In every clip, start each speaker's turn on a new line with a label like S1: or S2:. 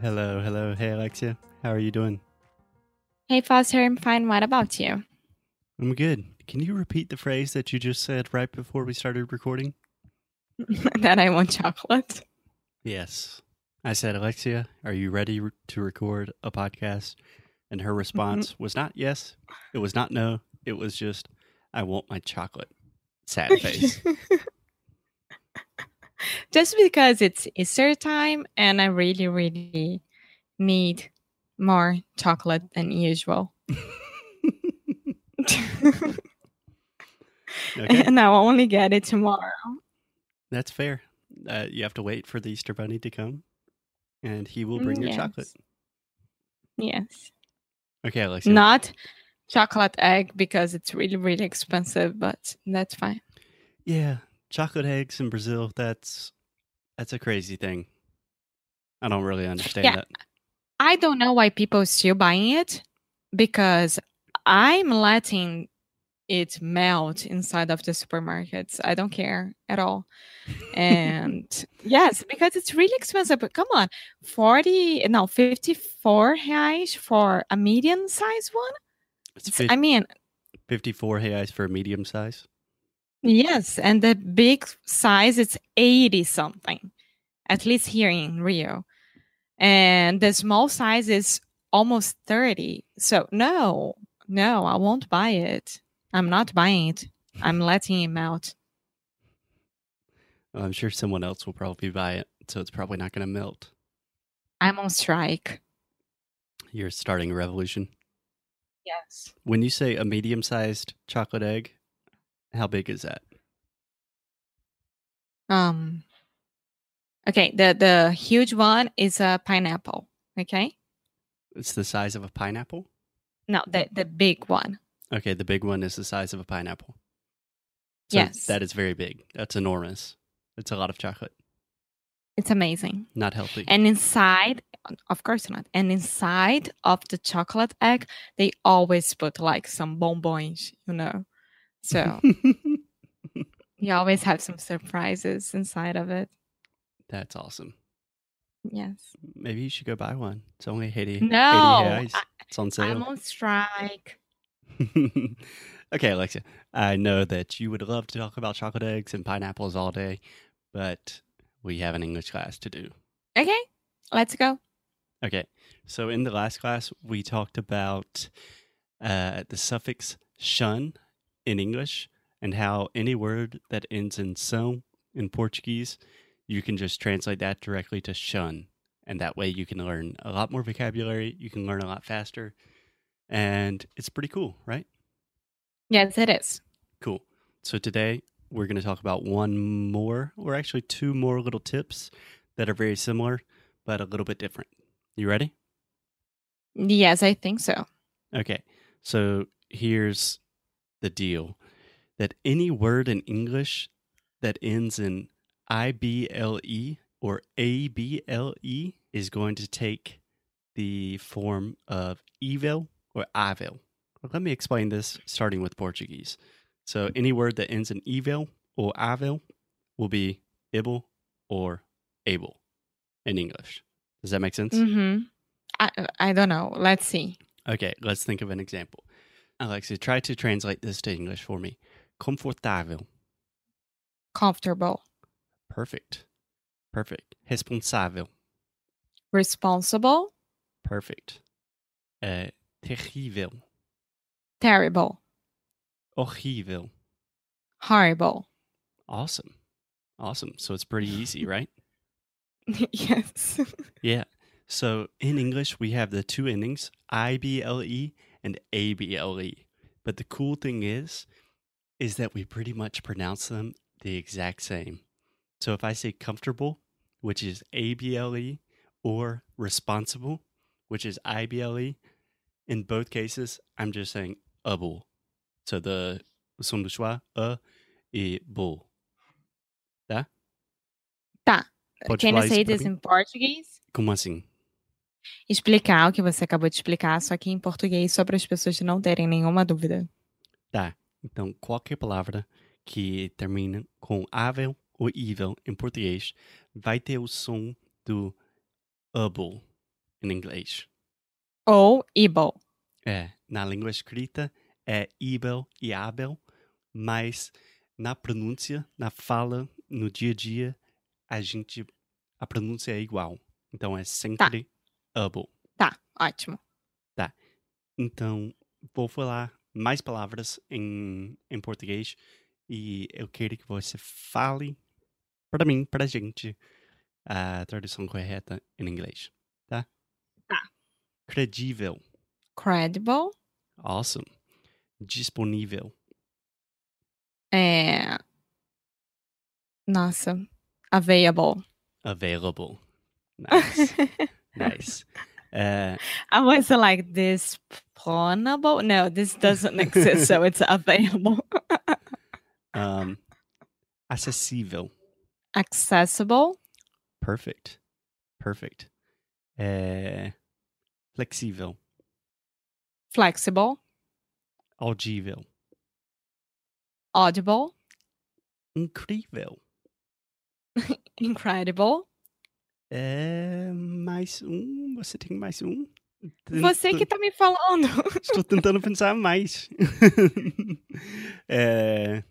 S1: Hello, hello. Hey, Alexia. How are you doing?
S2: Hey, Foster, I'm fine. What about you?
S1: I'm good. Can you repeat the phrase that you just said right before we started recording?
S2: that I want chocolate.
S1: Yes. I said, Alexia, are you ready re- to record a podcast? And her response was not yes. It was not no. It was just, I want my chocolate. Sad face.
S2: Just because it's Easter time and I really, really need more chocolate than usual.
S1: okay.
S2: and I'll only get it tomorrow.
S1: That's fair. Uh, you have to wait for the Easter Bunny to come, and he will bring
S2: Mm,
S1: your
S2: yes.
S1: chocolate.
S2: Yes.
S1: Okay, Alexia.
S2: Not chocolate egg because it's really, really expensive, but that's fine.
S1: Yeah, chocolate eggs in Brazil. That's that's a crazy thing. I don't really understand
S2: Yeah.
S1: that.
S2: I don't know why people still buying it because I'm letting it melt inside of the supermarkets. I don't care at all. and yes, because it's really expensive. But come on, 40, no, 54 reais for a medium size one.
S1: It's
S2: It's-
S1: fif-
S2: I mean,
S1: fifty-four reais for a medium size.
S2: yes, and the big size it's 80 something, at least here in Rio. And the small size is almost 30. So, no, no, I won't buy it. I'm not buying it. I'm letting him out.
S1: Well, I'm sure someone else will probably buy it, so it's probably not going to melt.
S2: I'm on strike.
S1: You're starting a revolution.
S2: Yes.
S1: When you say a medium-sized chocolate egg, how big is that?
S2: Um. Okay. The the huge one is a pineapple. Okay.
S1: It's the size of a pineapple.
S2: No, the the big one.
S1: Okay, the big one is the size of a pineapple.
S2: Yes.
S1: that is very big. That's enormous. It's a lot of chocolate.
S2: It's amazing.
S1: Not healthy.
S2: And inside, of course not. And inside of the chocolate egg, they always put like some bonbons, you know. So you always have some surprises inside of it.
S1: That's awesome.
S2: Yes.
S1: Maybe you should go buy one. It's only 80, 80
S2: No,
S1: reais.
S2: I-
S1: It's on
S2: I'm
S1: sale.
S2: on strike.
S1: okay, Alexia. I know that you would love to talk about chocolate eggs and pineapples all day, but we have an English class to do.
S2: Okay. Let's go.
S1: Okay. So in the last class, we talked about uh, the suffix shun in English and how any word that ends in são in Portuguese, you can just translate that directly to shun. And that way you can learn a lot more vocabulary, you can learn a lot faster, and it's pretty cool, right?
S2: Yes, it is.
S1: Cool. So today we're going to talk about one more, or actually two more little tips that are very similar, but a little bit different. You ready?
S2: Yes, I think so.
S1: Okay. So here's the deal that any word in English that ends in IBLE E or ABLE E is going to take the form of evil or avil. Let me explain this starting with Portuguese. So any word that ends in evil or avil will be ible or able in English. Does that make sense?
S2: Mm-hmm. I, I don't know. Let's see.
S1: Okay, let's think of an example. Alexia, try to translate this to English for me. Confortável.
S2: Comfortable,
S1: Perfect. Perfect. Responsável.
S2: responsible,
S1: Perfect. Uh, terrível.
S2: terrible,
S1: Horrível.
S2: horrible.
S1: Awesome. Awesome. So it's pretty easy, right?
S2: yes.
S1: Yeah. So in English, we have the two endings, IBLE E and E. ABLE. But the cool thing is, is that we pretty much pronounce them the exact same. So if I say comfortable, which is ABLE, E, or responsible, which is IBLE, E, in both cases, I'm just saying able. So the som du sa, a e bull. Tá?
S2: Tá.
S1: Pode
S2: Can
S1: falar
S2: you
S1: isso
S2: say
S1: pra
S2: this
S1: mim?
S2: in Portuguese?
S1: Como assim?
S2: Explicar o que você acabou de explicar, só que em português, só para as pessoas não terem nenhuma dúvida.
S1: Então, qualquer palavra que termina com avel ou evil em português vai ter o som do able em inglês.
S2: Ou able.
S1: É, na língua escrita é evil e abel, mas na pronúncia, na fala, no dia a dia, a gente a pronúncia é igual. Então é sempre able.
S2: Tá, ótimo.
S1: Então, vou falar mais palavras em, em português e eu quero que você fale para mim, para gente, a tradução correta em inglês, tá?
S2: Tá.
S1: Credível,
S2: Credible.
S1: awesome. Disponível,
S2: É... Nossa. Available.
S1: available. Nice, nice. Eh,
S2: I was like, this planable? No, this doesn't exist, so it's available.
S1: um, acessível,
S2: Accessible.
S1: perfect, perfect. Eh, flexível,
S2: Flexible.
S1: audível,
S2: Audible.
S1: incrível.
S2: Incredible.
S1: É. Mais um. Você tem mais um? Tent-
S2: Você que tá me falando.
S1: Estou tentando pensar mais. É, mais?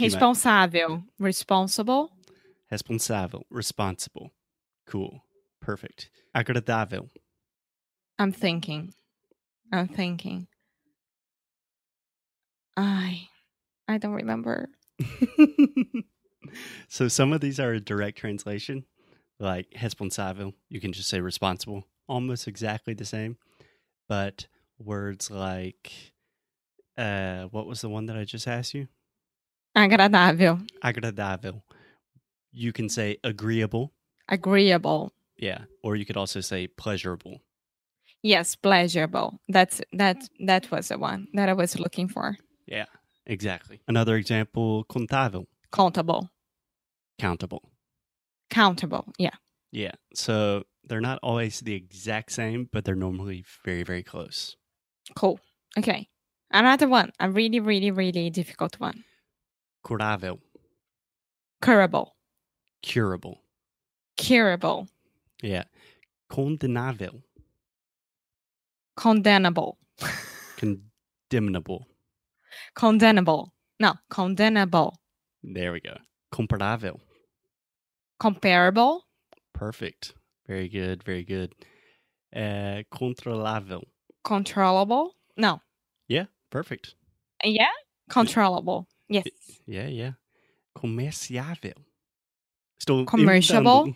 S2: Responsável. Responsible.
S1: responsável. Responsible. Cool. Perfect. Agradável.
S2: I'm thinking. I'm thinking. I I don't remember.
S1: so some of these are a direct translation, like responsável. You can just say responsible, almost exactly the same. But words like, uh, what was the one that I just asked you?
S2: Agradável.
S1: agradável. You can say agreeable,
S2: Agreeable.
S1: yeah, or you could also say pleasurable.
S2: Yes, pleasurable. That's that that was the one that I was looking for.
S1: Yeah, exactly. Another example, contável,
S2: Countable.
S1: countable.
S2: Countable. Yeah.
S1: Yeah, so they're not always the exact same, but they're normally very, very close.
S2: Cool. Okay. Another one. A really, really, really difficult one.
S1: Curável,
S2: Curable.
S1: curable.
S2: Curable.
S1: Yeah. Condenável,
S2: Condemnable.
S1: condemnable.
S2: Condemnable. No, condemnable.
S1: There we go. Comparável,
S2: Comparable.
S1: perfect. Very good, very good. Uh, controlável.
S2: Controllable. No.
S1: Yeah, perfect.
S2: Yeah. Controllable. Yes.
S1: Yeah, yeah. Comerciável. Still
S2: Commerciable?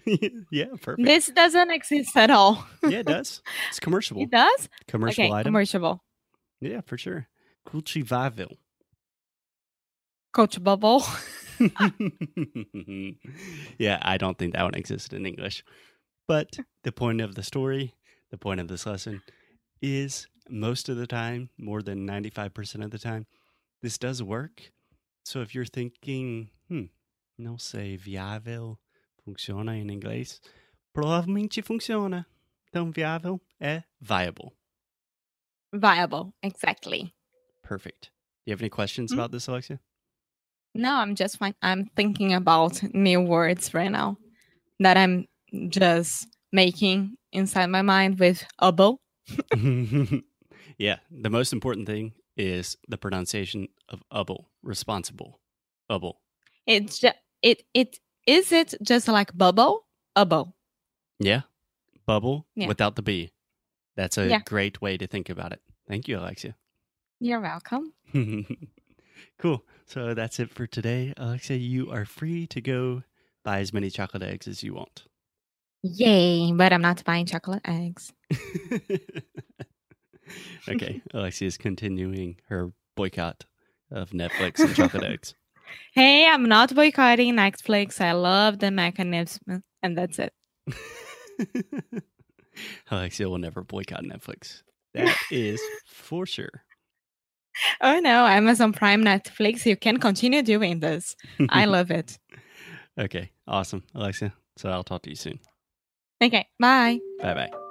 S1: yeah, perfect.
S2: This doesn't exist at all.
S1: Yeah, it does. It's commercial.
S2: It does?
S1: Commercial
S2: okay.
S1: item.
S2: Commercial.
S1: yeah, for sure. Cultivável.
S2: Coachable.
S1: yeah, I don't think that one existed in English. But the point of the story, the point of this lesson is most of the time, more than 95% of the time, this does work. So if you're thinking, hmm, não sei, viável funciona em inglês, provavelmente funciona. Então, viável é viable.
S2: Viable. Exactly.
S1: Perfect. Do you have any questions
S2: Hmm?
S1: about this, Alexia?
S2: No, I'm just fine. I'm thinking about new words right now that I'm just making inside my mind with able.
S1: yeah, the most important thing is the pronunciation of "ubble." Responsible, "ubble."
S2: It's just, it it is it just like bubble? Able.
S1: Yeah, bubble
S2: Yeah.
S1: without the b. That's a
S2: Yeah.
S1: great way to think about it. Thank you, Alexia.
S2: You're welcome.
S1: cool. So that's it for today, Alexia. You are free to go buy as many chocolate eggs as you want.
S2: Yay, but I'm not buying chocolate eggs.
S1: okay, Alexia is continuing her boycott of Netflix and chocolate eggs.
S2: Hey, I'm not boycotting Netflix. I love the mechanism, and that's it.
S1: Alexia will never boycott Netflix. That is for sure.
S2: Oh no, Amazon Prime, Netflix. You can continue doing this. I love it.
S1: Okay, awesome, Alexia. So I'll talk to you soon.
S2: Okay, bye.
S1: Bye bye.